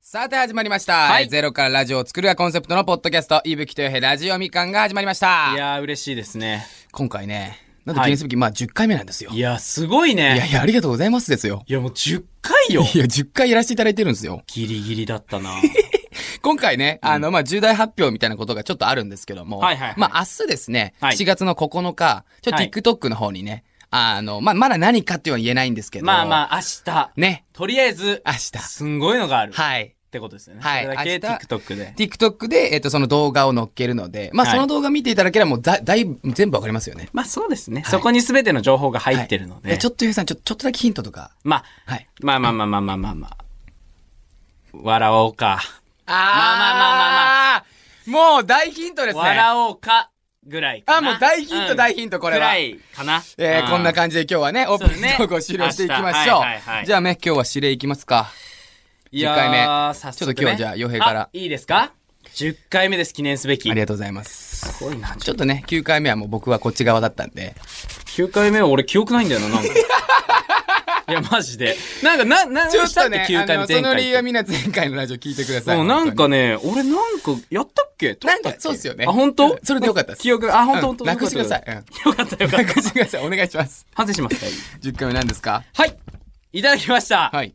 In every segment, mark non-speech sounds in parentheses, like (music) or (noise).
さて始まりました。はいゼロからラジオを作るがコンセプトのポッドキャスト、いぶきとよへラジオみかんが始まりました。いやー、嬉しいですね。今回ね、なんと記念すべき、まあ10回目なんですよ。いいやー、すごいね。いややいや、ありがとうございますですよ。もう10回よ。いや、10回やらせていただいてるんですよ。 (laughs) ギリギリだったな。 (laughs) 今回ね、あの、まあ、重大発表みたいなことがちょっとあるんですけども、はいはいはいまあ、明日ですね、はい4月の9日、ちょっはとい TikTok の方にね、あの、まあ、まだ何かっていうのは言えないんですけど、まあまあ、明日。ね、とりあえず、明日すんごいのがある。はい。ってことですよね。はいそれだけ明 TikTok で。 TikTok で、えっ、と、その動画を載っけるので、まあ、はいその動画見ていただければもうだ、だいぶ、全部わかりますよね。まあそうですね。そこに全ての情報が入ってるので。はいちょっとゆうさん、ちょ、ちょっとだけヒントとか。まあ、はい。まあまあまあまあまあまあまあ。笑おうか。あーまあまあまあまあ。もう大ヒントですね。笑おうか。ぐらいかな。あもう大ヒントん大ヒントこれはぐらいかな。えー、こんなじ。感じで今日はね、オープそうニねングトークを終了していきましょう。明日はいはいはいじゃあね、今日は指令いきますか。いやー10回目早速ちょっと今日はじゃあね洋平からあいいですか ?10 回目です、記念すべき。ありがとうございます。すごいな。ちょっとね、9回目はもう僕はこっち側だったんで。 9回目は俺記憶ないんだよな、なんか。いや、マジで。なんか、な、(laughs) な、ちょっしたとてね、 9回あ目の前その理回由はみんな前回のラジオ聞いてくださ (laughs) い。そうなん本かね、俺なんか、やったっけ撮当っに、たっなんけか、そうですよね。あ、本当それでよかったです。記憶、あ、本当う本ん当なくしてください。うんよかったよかなっくた。してください。お願いします。反省しま (laughs) した。 10回目なんですかはい。いただきました。はい。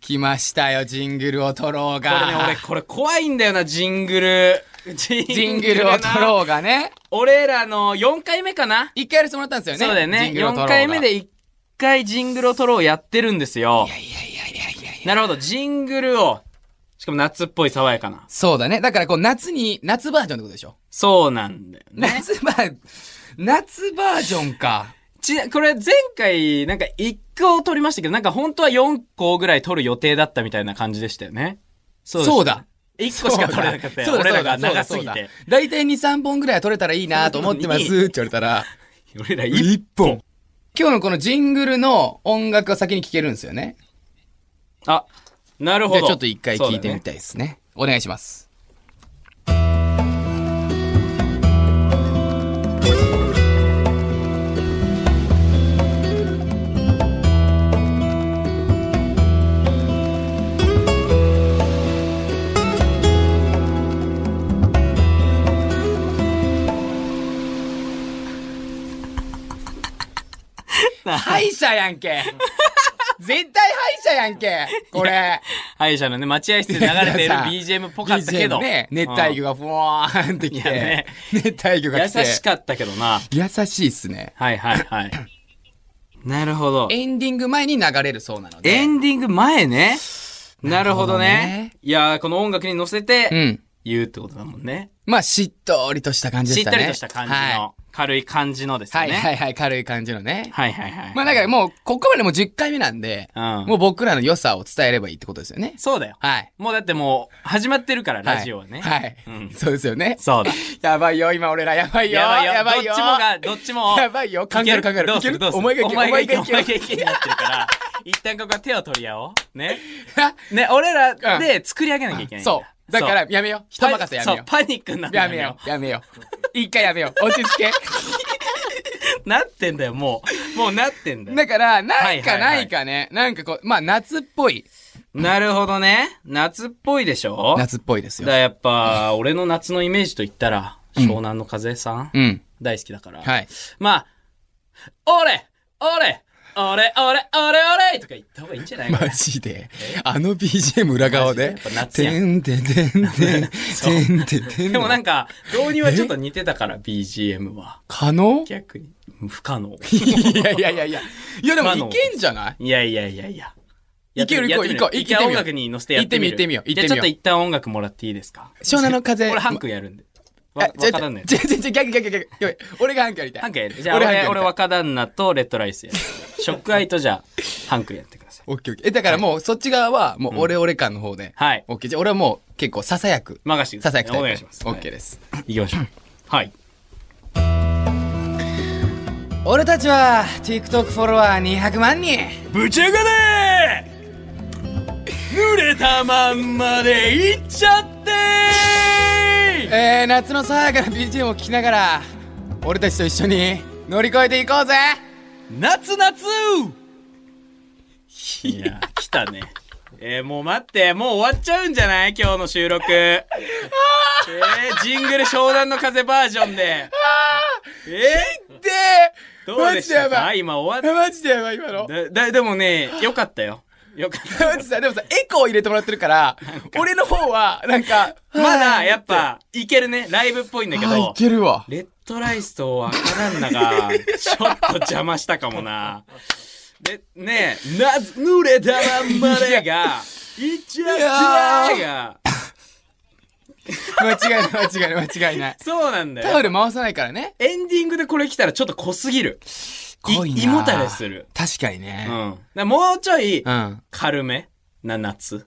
来ましたよ、ジングルを取ろうこれね、が。俺、これ怖いんだよな、ジングル。ジジングルを取う。ろうがね。俺らの4回目かな一回やらせてもらったんですよね。そうだよね。ジングルを取ろう4が回目。で1回ジングルを撮ろうやってるんですよ。いやいやいやいやいやいや。なるほど、ジングルを。しかも夏っぽい爽やかな。そうだね。だからこう夏に、夏バージョンってことでしょ。そうなんだよね。夏バー、夏バージョンか。ち、これ前回、なんか1個撮りましたけど、なんか本当は4個ぐらい撮る予定だったみたいな感じでしたよね。そそうだ。 1個しか撮れなかったよ。俺らが長すそぎうだて。。大体2、3本ぐらいは取れたらいいなと思ってますって言われたら、俺ら1本。今日のこのジングルの音楽は先に聴けるんですよね。あ、なるほじゃど。あちょっと一回聴いてみて。たいですね。お願いします。 (laughs) 歯医者やん (laughs) け絶対歯医者やんけこれ歯医者のね、待合室で流 (laughs) れている BGM っぽかったけど。 BGM ね、熱帯魚がふわーんってきいやてね、熱帯魚うんが来て。優しかったけどな。優しいっすね。はいはいはい。なるほど。エンディング前に流れるそうなので。エンディング前ね。なるほどなるほね。いやー、この音楽に乗せうてん。言うってことだもんね。まあ、しっとりとした感じでししったとね。りとした感じはの、軽い感じのですい。はいね。はいはい、軽い感じのね。はいはいはい。まあ、だからもう、ここまでもう10回目なんで、うんもう僕らの良さを伝えればいいってことですよね。そうだよ。はい。もうだってもう、始まってるから、はいラジオはね。はい。うんそうですよね。そうだ。やばいよ、今俺ら。やばいよ。やばいよ。やばいよ。どっちもが、どっちも。やばいよ。考える考える。どいうすけるるどうするお前がいおけ、お前前がいがいけ、おけ。前がいけになってるから、一旦ここは手を取り合おう。 (laughs) ね。ね、俺らで作り上げなきゃいけないんだ。そう。だから、やめよう。人任せやめそよう、パニックになっう。てやめよう。やめよう。一回やめよう。落ち着 (laughs) け。う。なってんだよ、もう。もうなってんだよ。だから、なはんいはかいはいないかね。なんかこう、まあ、夏っぽい。なるほどね。夏っぽいでしょ夏っぽいですだよから。やっぱ、俺の夏のイメージと言ったら、湘南の風さん、うん。大好きだから。 (laughs) はい。まあ、俺俺俺俺俺俺とか言った方がいいんじゃないかマな。ジで。あの BGM 裏側でマジでやっぱ。夏やんてんてんてんてん。 (laughs) そうてんてんてん。でもなんか、導入はちょっと似てたから、BGM は。可能逆に。不 (laughs) 可能。いやいやいやいや。いやでも可い能けんじゃないいやいやいやいや。いけるやってみ行こう行こうやってみ一回行ってみよう音楽に乗せてやってみる。行ってみよう行ってみよう行ってみようじゃあちょっと一旦音楽もらっていいですか湘南の風俺、ハンクやるんで。わあ、若旦那やちょ、ちょ、ちょ、ちょ、逆逆逆。やばい俺がハンクやりたい。ハンクやるじゃあ俺ハンクや俺、り俺たい若旦那とレッドライスやる。ショックアイとじゃあ、ハンクやってください。オッケーオッケー。え、だからもう、そっち側は、もう、俺俺感の方で。はいオッケー。じゃあ、俺はもう、結構、ささやく。任してくださささいやくタイプお願いしますオッケーです。行きまし (laughs) ょう。はい。俺たちは、TikTok フォロワー200万人。ぶち上がれ濡れたまんまで行っちゃってえー、夏の爽やかな BGM を聴きながら、俺たちと一緒に乗り越えていこうぜ夏夏いや、来たね。 (laughs) えー、もう待って、もう終わっちゃうんじゃない今日の収録。えー、ジングル湘南の風バージョンで。えでー、どうでしマたかジで今終わっマジでやばい、今の。だ、 (laughs) だ、でもね、よかったよ。よかった。マジさ、でもさ、エコー入れてもらってるから、俺の方は、なんか、まだ、やっぱ、いけるね。ライブっぽいんだけあ、いど。けるわ。レッドライスと赤旦那が、ちょっと邪魔したかもな。で、ねえ、な、濡れたまんまでが、いっちゃってが、間違いない、間違いない、間違いない。そうなんだタオよ。ル回さないからね。エンディングでこれ来たらちょっと濃すぎる。濃いない胃もたれする。確かにうねん。だ。からもうちょい、うん。軽めな夏。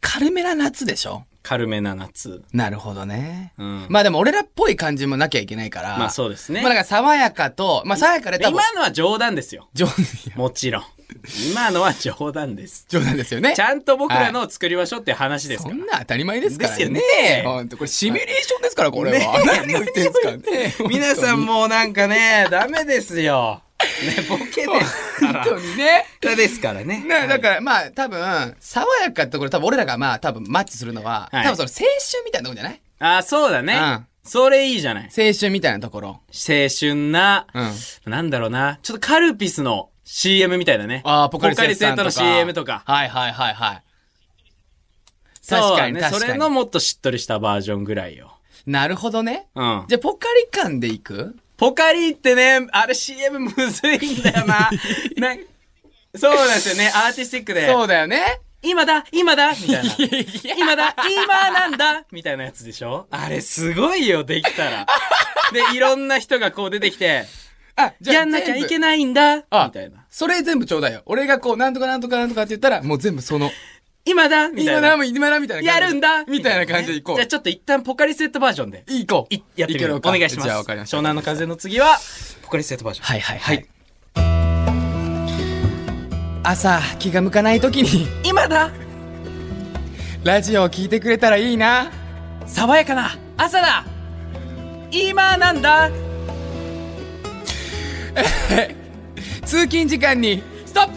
軽めな夏でしょ軽めな夏。なるほどね。うん。まあでも俺らっぽい感じもなきゃいけないから。まあそうですねまあなんか爽やかと、まあ爽やかでで多分、今のは冗談ですよ。冗談、もちろん。今のは冗談です。冗談ですよね。ちゃんと僕らのを作りましょうっていう話ですそから。んな当たり前ですからですよねほんとこれシミュレーションですから、これは。何を言ってんすかね。 (laughs) 皆さんもうなんか (laughs) ね、ダメですよ。ね、ボケですから。本当にね。ですからね。ね、だから、まあ、多分、爽やかってところ、多分俺らがまあ、多分マッチするのは、はい多分その青春みたいなところじゃないあ、そうだね。うんそれいいじゃない。青春みたいなところ。青春な、うん。なんだろうな。ちょっとカルピスの CM みたいだね。ああ、ポカリスエッポトの CM とか。はいはいはいはい。そ確うかだにね。確かに。それのもっとしっとりしたバージョンぐらいよ。なるほどね。うん。じゃあ、ポカリ感でいくポカリってね、あれ CM むずいんだよ (laughs) な。なそうなんですよね。アーティスティックで。そうだよね。今だ今だみた (laughs) いな。今だ今なんだみたいなやつでしょあれすごいよ、できた (laughs) ら。で、いろんな人がこう出てきて、あ、じゃあやんなきゃいけない。ないんだみあたいな。それ全部ちょうだいよ。俺がこう、なんとかなんとかなんとかって言ったら、もう全部その、今だ (laughs) みた今いな、な。もう今な、みたいなや感じで。るんだみたいな感じでいこうじゃあ。ちょっと一旦ポカリスエットバージョンで。いこう。いやってみいけよう。るおか願いします。じゃあ、わかりました。湘南の風の次は、ポカリスエットバージョン。はいはいはい。朝、気が向かない時に、 (laughs) 今だラジオを聞いてくれたらいいな。爽やかな朝だ今なんだ通勤時間に、ストップ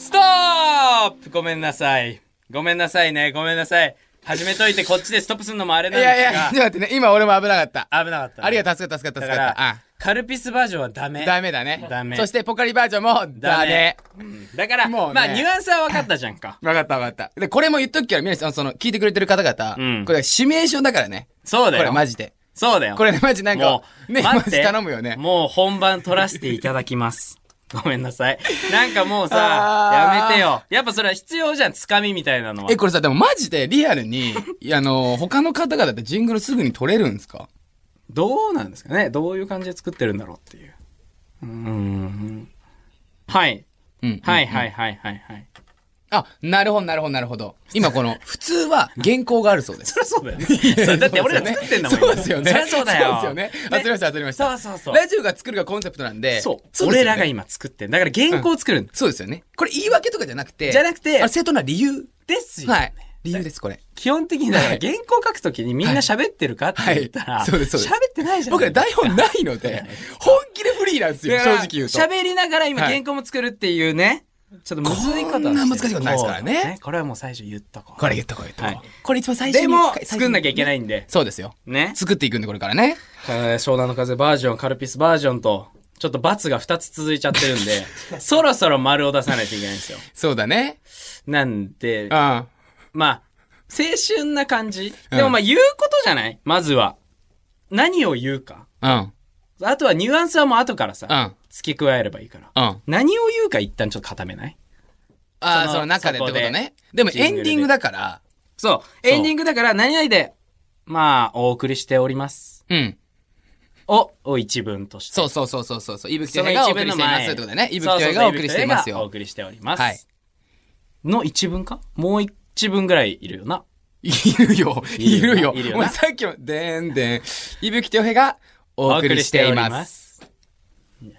ストップごめんなさい。ごめんなさいね。ごめんなさい。始めといてこっちでストップするのもあれいなんですが。やいや、ちょっと待ってね。今俺も危なかった。危なかったね、ありがとう、助かった、助かだった、か助かった。らあ、カルピスバージョンはダメ。ダメだね。ダメそして、ポカリバージョンも、ダメ。うんだから、もうねまあ、ニュアンスは分かったじゃんか。わかったわかった。で、これも言っとくけど、皆さん、その、聞いてくれてる方々、うんこれシミュレーションだからね。そうこだよ。れマジで。そうだよ。これね、マジなんかも、う、ね、待マってジ頼むよね。もう本番取らせていただきます。 (laughs) ごめんなさい。なんかもうさ、あーやめてよ。やっぱそれは必要じゃん、つかみみたいなのはえ、。これさ、でもマジでリアルに、いやあの、他の方々ってジングルすぐに取れるんですかどうなんですかねどういう感じで作ってるんだろうっていう。うーん。はい。うん。はいはいはいはいはい。あ、なるほど、なるほど、なるほど。今この、普通は原稿があるそうです。そりゃそうだよね。 (laughs) それだって俺ら作ってんだもん。そうですよね。そりゃそうだよ。そうですよね。あ、りました、ありました。そうそうそうラジオが作るがコンセプトなんで。そう。ですよね俺らが今作ってんだから原稿作るんそうですよね。これ言い訳とかじゃなくて。じゃなくてあれ正当な理由。ですよ。はい。理由です、これ。基本的にだからはい原稿書くときにみんな喋ってるかって言ったはら、いそうですそうです喋ってないじゃん。僕ら台本ないの (laughs) で、本気でフリーなんですよ、だ正から直言うと。喋りながら今はい原稿も作るっていうね。ちょっとむずいことはしてるこんな難しいことないですからねそうこれはもう最初言っとこう。これ言っとこう言っとこう、はいこれ一番最初でにも、作んなきゃいけけないんで。そうですよ。ね。作っていくんで、これからね。えー湘南の風バージョン、カルピスバージョンと、ちょっと罰が2つ続いちゃってる (laughs) んで、そろそろ丸を出さないといけないんですよ。そうだね。なんでう、ん。まあ、青春な感じ。うんでもまあ言うことじゃないまずは。何を言うか。うん。あとはニュアンスはもう後からさ、うん付け加えればいいから。うん。あ何を言うか一旦ちょっと固めないあー、そのその中でってことね。そでこもでエンディングだから、そう。エンディングだから、何々で、まあ、お送りしております。うん。を、を一文として。そうそうそうそうそうそう。いぶきとそよのへがお一送文りしのていま前。すってことだね。いぶきとよへがお送りしていますそうそうそういぶきとよへがおよ。送りしております。はいの一文かもう一文ぐらいいるよな。いるよ。いいるるよよいる。よお前さっきも、でんでん。いぶきとよへがお送りしています。 (laughs) す。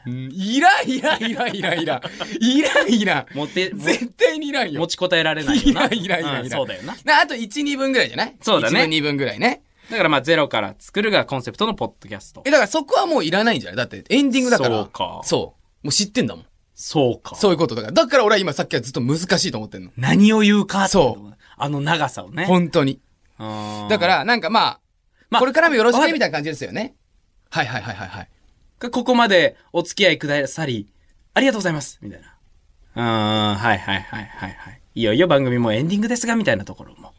うんいらんいらんいらんいらんいらん。いらんいらん。持って、も絶対にいらんよ持。ちこたえられないよな。いらんいらんいらんいらんうんそうだよな。なあと1、2分ぐらいじゃないそうだね1分、2分ぐらいね。だからまあ、ゼロから作るがコンセプトのポッドキャストえ、。だからそこはもういらないんじゃないだってエンディングだから。そうかそうもう知ってんだもん。そうか。そういうことだから。だから俺は今さっきからずっと難しいと思ってんの。何を言うかってことそあの長さをね。本当に。うんだか、ら、なんかまあ、まあこれからもよろしくわねかみたいな感じですよね。はいはいはいはいはい。ここまでお付き合いくださり、ありがとうございますみたいな。うん、はいはいはいはいはい。いよいよ番組もエンディングですが、みたいなところも。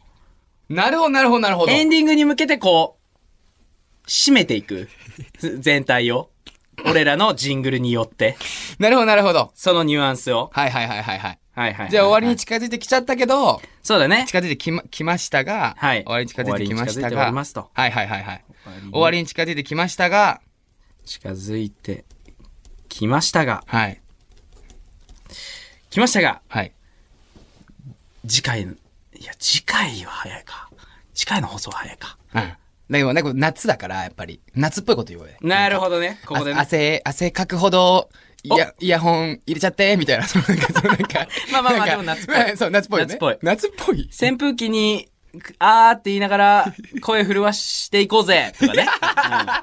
なるほどなるほどなるほど。エンディングに向けてこう、締めて (laughs) いく。全体を。俺らのジングルによって。なるほどなるほど。そのニュアンスを。はいはいはいはいはい。はいはいはいはい。じゃあ終わりに近づいてきちゃったけど、そうだね。近づいてきま、きましたが、はい終わりに近づいてきましたが、終わりに近づいておりますとはいはいはいはい。に終わりに近づいてきましたが、近づいてきましたが、はい、来ましたが、はい。次回、いや、次回は早いか。次回の放送は早いか。うん。だけどね、これ夏だから、やっぱり、夏っぽいこと言おうよ。なるほどね。ここであね。汗、汗かくほど、イヤ、イヤホン入れちゃって、みたいな。そのなんか、そのなんか。 (laughs) まあまあまあなんかでも夏っぽいうんそう、夏っぽいよね。夏っぽい夏っぽい。扇風機に、あーって言いながら、声震わしていこうぜと (laughs) かね。う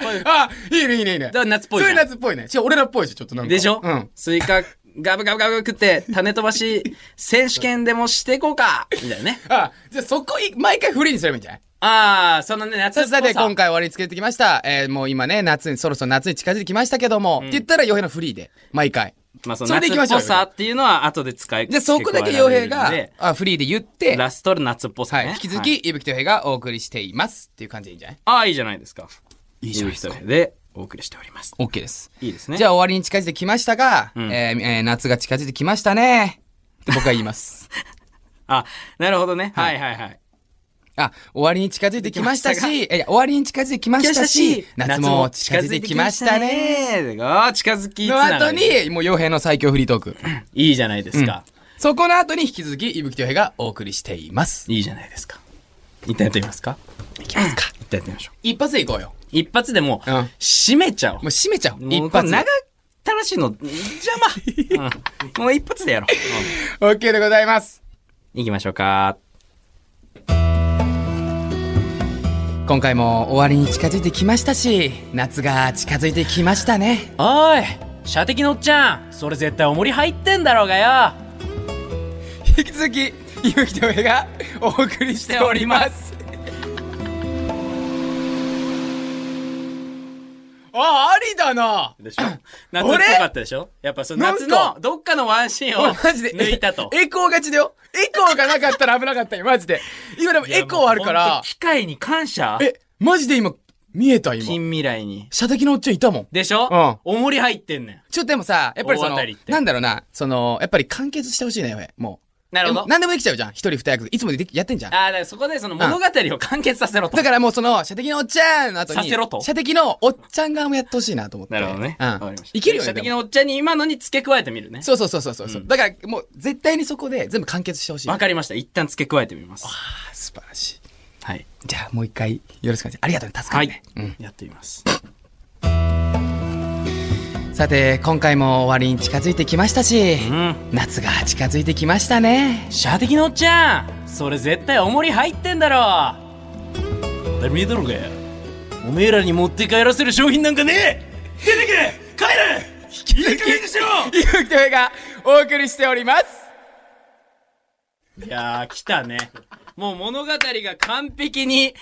ん声あ、いいね、いいね、いいねだか。ら夏っぽいそれじゃん。夏っぽいね。ちょ、俺らっぽいし、ちょっとなんか。でしょうん。スイカ、ガブガブガブ食って、種飛ばし、選手権でもしていこうかみたいなね。あ、じゃあそこい、毎回フリーにすればいいんじゃないあー、そのね、夏さっあ、さぽさ。て、今回終わりにつけてきました。えー、もう今ね、夏に、そろそろ夏に近づいてきましたけども、って言ったら、洋平のフリーで、毎回。まあ、そそのれで夏いきまっしょうぽさっていうのは後で使い、で、そこだけ付加洋えら平れるんがで、あ、フリーで言って、ラストの夏っぽさはね。い、引き続はき、い。いぶきとよへがお送りしていますっていう感じでいいんじゃないあー、いいじゃないですか。いいで、お送りしております。オッケーです。いいですね。じゃあ終わりに近づいてきましたが、んえーえー夏が近づいてきましたね。って僕は言います。 (laughs) あ、なるほどね。はいはいはい。あ、終わりに近づいてきましたできまし、いや、終わりに近づいてきましたし、夏も近づいてきましたね。。が近づきつのなが後り。に、もう傭兵の最強フリートーク。いいじゃないですか。そこの後に引き続き、いぶきとよへがお送りしています。いいじゃないですか。一旦やってみますかいきますか。一旦やってみましょう。一発でいこうよ。一発でもううん、締めちゃおうもう。締めちゃおう。もう一これ発で。長ったらしいの邪 (laughs) 魔。うんもう一発でやろう。オッケーでございます。うんいきましょうか。今回も終わりに近づいてきましたし、夏が近づいてきましたね。おい射的のおっちゃんそれ絶対おもり入ってんだろうがよ引き続き、いぶきとよへがお送りしております。あ、ありだなでし (coughs) ょ夏っぽかったでしょやっぱそのな夏んのかどっかのワンシーン俺をマジで。抜いたと。エコー勝ちだよ。エコーがなかったら危なかったよ、マジで。今でもエコーあるかいやもうほらんと。機械に感謝え、マジで今、見えた今。近未来に。射的のおっちゃんいたもん。でしょうんおもり入ってんねん。ちょっとでもさ、やっぱりそ大の当たりっ、てなんだろうな、その、やっぱり完結してほしいね、俺もう。なるほどでも何でもできちゃうじゃん。一人二役。いつもできやってんじゃん。ああ、だからそこでその物語を完結させろと。だからもうその、射的のおっちゃんの後さにせろと、射的のおっちゃん側もやってほしいなと思って。なるほどね。うわかんりまし。たいけるよね。射的でものおっちゃんに今のに付け加えてみるね。そうそうそうそうそう。うだからもう、絶対にそこで全部完結してほしい。わかりました。一旦付け加えてみます。あ素晴らしい。はい。じゃあもう一回、よろしくお願いします。ありがとうね。助かはるねい。。うん。やってみます。さて今回も終わりに近づいてきましたし、うん。夏が近づいてきましたね射的のおっちゃんそれ絶対おもり入ってんだろ当たり前だろうがおめえらに持って帰らせる商品なんかねえ出てけ帰れ引き抜きしろゆうきとよへがお送りしておりますいやー来たねもう物語が完璧に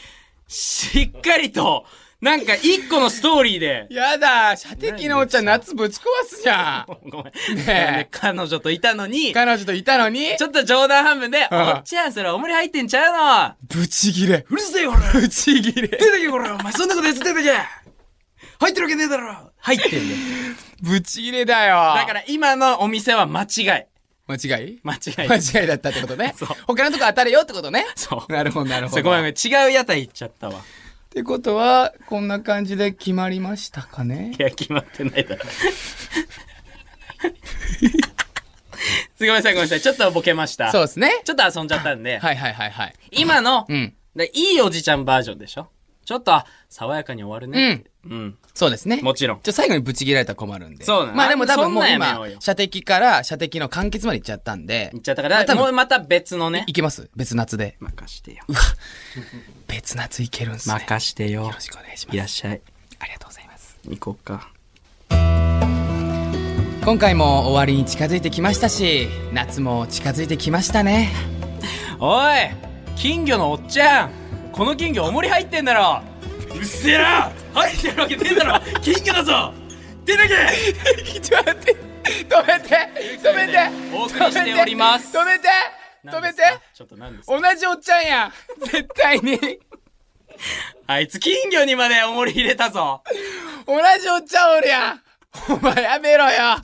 しっかりとなんか一個のストーリーでやだ射的のおっちゃん夏ぶち壊すじゃん (laughs) ごめん、ねえ彼女といたのに彼女といたのにちょっと冗談半分で「んおっちゃんそれおもり入ってんちゃうのぶち切れうるせえよほらぶち切れ出てけこれお前そんなことやってたじゃん入ってるわけねえだろ入ってんだよぶち切れだよだから今のお店は間違い間違い間違い間違いだったってことねそう他のとこ当たれよってことねそうなるほどなるほそどうごめんごめん違う屋台行っちゃったわってことは、こんな感じで決まりましたかねいや、決まってないだろ。 (laughs) すごめんなさい、ごめんなさい。ちょっとボケました。そうですね。ちょっと遊んじゃったんで、はいはいはいはい。今の、うん。でいいおじちゃんバージョンでしょちょっと、あ爽やかに終わるねって。うん。そうですね。もちろんちょ、最後にブチ切られたら困るんで。そうなのまあでも多分もうそんなんやめ今ようよ、射的から射的の完結まで行っちゃったんで言っ、ちゃったから、あ多分もうまた別のねい。けます別夏で。任してよ。別夏いけるんすね。よ任してよろ。しくお願いしまいらっす。しゃい。ありがとうございます。行こうか。今回も終わりに近づいてきましたし、夏も近づいてきましたね。おい金魚のおっちゃんこの金魚おもり入ってんだろうっせえな入ってるわけねえだろ金魚だぞ出て (laughs) けちょっと待って、止めて、止めて、お送りしております止めて、止めて、ちょっと何ですか同じおっちゃんやん絶対に。あいつ金魚にまでおもり入れたぞ同じおっちゃんおるやんお前やめろよ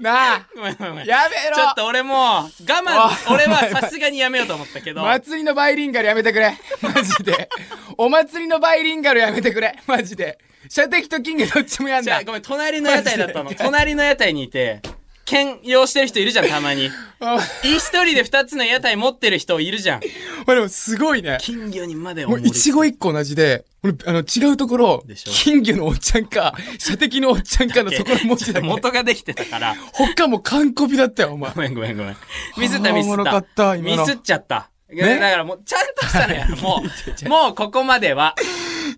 なあごめんごめんごめんやめろちょっと俺もう我慢おい俺はさすがにやめようと思ったけど祭りのバイリンガルやめてくれマジでお祭りのバイリンガルやめてくれマジで射的と金魚どっちもやんじゃだあごめん隣の屋台だったマのジで隣の屋台にいて兼用してる人いるじゃん (laughs) たまにあ一人で二つの屋台持ってる人いるじゃん俺もすごいね金魚にまでおももうり一期一個同じで俺あの違うところでしょ金魚のおっちゃんか射的のおっちゃんかのそこの文字だけ元ができてたから他も完コピだったよお前 (laughs) ごめんごめんごめん。ミスったあーミスおもっろかた。った今ミのスっちゃった。ねだからもう、ちゃんとしたの (laughs) や。もう、もうここまでは。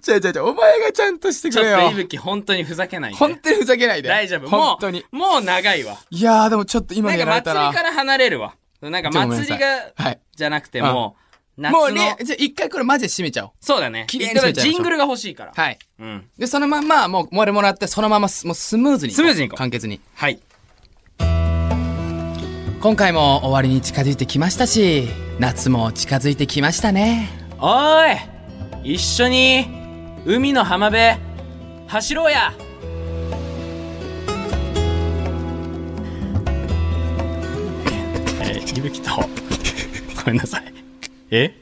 ちゃちゃちゃお前がちゃんとしてちくょれっよといぶき本当にふざけないで。本当にふざけないで大丈夫。も本当にう、もう長いわ。いやーでもちょっと今なのんやれから祭たなりから離れるわ。なんか祭りちょっとごめんなが、さいはいじゃなくてもう、夏ものう、ね、じゃあ一回これマジで閉めちゃおう。そうだね。綺麗にだから締めちゃいましょうジングルが欲しいから。はい。うん。で、そのまんま、もう、漏れもらって、そのまますもうスムーズに。スムーズにいこう簡潔に。はい。今回も終わりに近づいてきましたし、夏も近づいてきましたね。おーい一緒に、海の浜辺、走ろうや (laughs) えー、いぶきと、ごめんなさい。え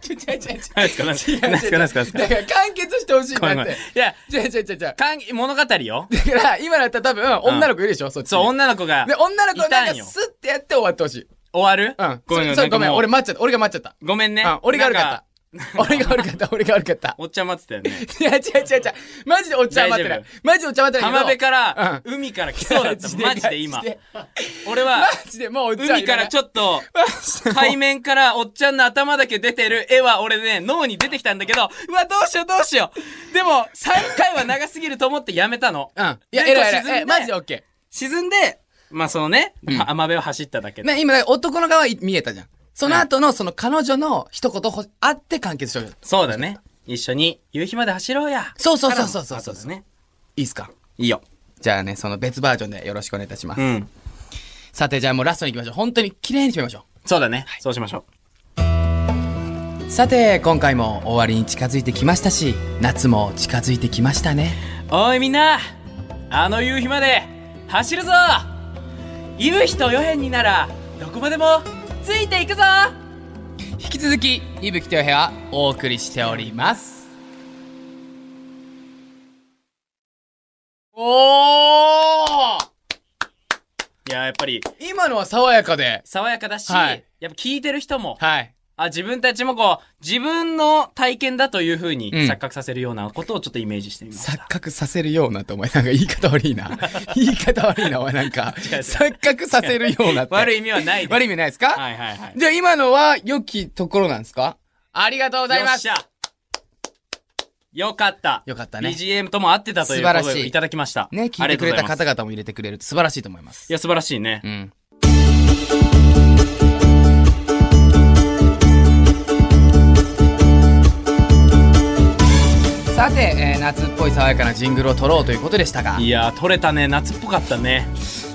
ちょちょちょち何ですか何ですか何ですか何ですか何ですかだから完結してほしいんごめだんごっめん。いて。や、ちょちょちょちょ。だかん物語よ。から、今だったら多分、女の子いるでしょ、そっちに。そう、女の子が、で、女の子いたなんんかよスッてやって終わってほしい。終わるうん。ごめんそそうごなんかめもん、う俺待っちゃった。俺が待っちゃっごめんね。た。うん、俺が悪なんかった。俺が悪かった、俺が悪かった。おっちゃん待ってたよね。いや、違う違う違う。マジでおっちゃん待ってない大丈。マジでおっちゃん待ってないけど。浜辺から、うん海から来そう (laughs) だった。マジで今マ。ジで俺はマ、ジでもうおっちゃん海からちょっょっと、 (laughs) と海面からおっちゃんの頭だけ出てる絵は俺ね、脳に出てきたんだけど、うわ、どうしようどうしよう。でも、3回は長すぎると思ってやめたの。うん。いや、でえらいえ沈んらい。でえマジでオッケ沈んで、まあそのね、浜辺を走っただけー。で。ね、今、男の側見えたじゃん。その後の、その彼女の一言ほあって完結しようよ。そうだね。一緒に夕日まで走ろうや。そうそうそうそうそうからの後だね。いいっすかいいよ。じゃあね、その別バージョンでよろしくお願いいたします。うん。さて、じゃあもうラストに行きましょう。本当に綺麗に締めましょそうだね。そうしましょう。さて、今回も終わりに近づいてきましたし、夏も近づいてきましたね。う。おいみんな、あの夕日まで走るぞ夕日と予変になら、どこまでもついていくぞ引き続き、いぶきとよへはお送りしております。おーいや、やっぱり、今のは爽やかで。爽やかだし、はいやっぱ聞いてる人も、はい。あ、自分たちもこう、自分の体験だというふううにん錯覚させるようなことをちょっとイメージしてみました。錯覚させるようなって、お前なんか言い方悪い (laughs) な。言い方悪いな、お前なんか。違う錯覚させるようなって。悪いい。意味はないです。悪い意味ないですか、はいはいはい。じゃあ今のは良きところなんですかありがとうございますよっしゃよかった。よかったね BGM とも合ってたという素晴らことしでいいただきました。ね、聞いてくれたありがとうござい方々も入れてくれると素晴らしいと思いま。ますすいや、素晴らしいねう。ん。さて、えー夏っぽい爽やかなジングルを撮ろうということでしたがいや、撮れたね。夏っぽかったね。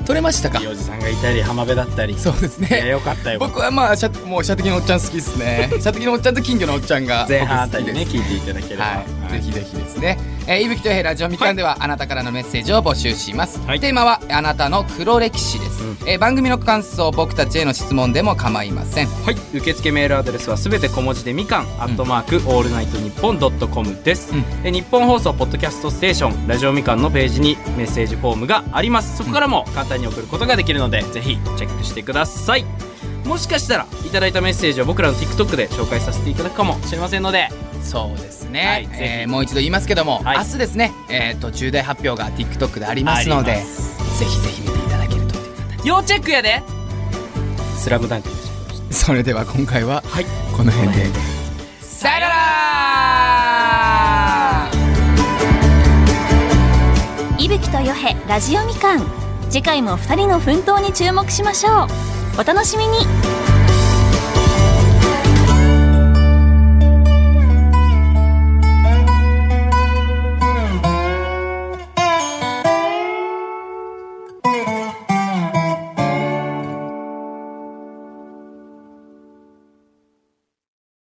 撮れましたかいいおじさんがいたり、浜辺だったり。そうですいや、ねよかったよ。僕はまあ射もう射的のおっちゃん好きですね射的のおっちゃんと金魚のおっちゃんが前半あたり僕ね、好きです聞いていただければ。はい、ぜひぜひですね、えー、いぶきとよへラジオみかんでは、あなたからのメッセージを募集します、はいテーマはあなたの黒歴史です、えー番組の感想僕たちへの質問でも構いませんはい受付メールアドレスはすべて小文字でみかん、アットマークオールナイトニッポンドットコムです、うんえ日本放送ポッドキャストステーションラジオみかんのページにメッセージフォームがありますそこからも簡単に送ることができるのでぜひチェックしてくださいもしかしたらいただいたメッセージを僕らの TikTok で紹介させていただくかもしれませんのでそうですね、はいぜえひーもう一度言いますけども、はい明日ですね、えー、と重大発表が TikTok でありますのでありますぜひぜひ見ていただけると要チェックやでスラムダンクでした (laughs) それでは今回ははいこの辺で、さよなら伊吹とよへラジオみかん次回も2人の奮闘に注目しましょうお楽しみに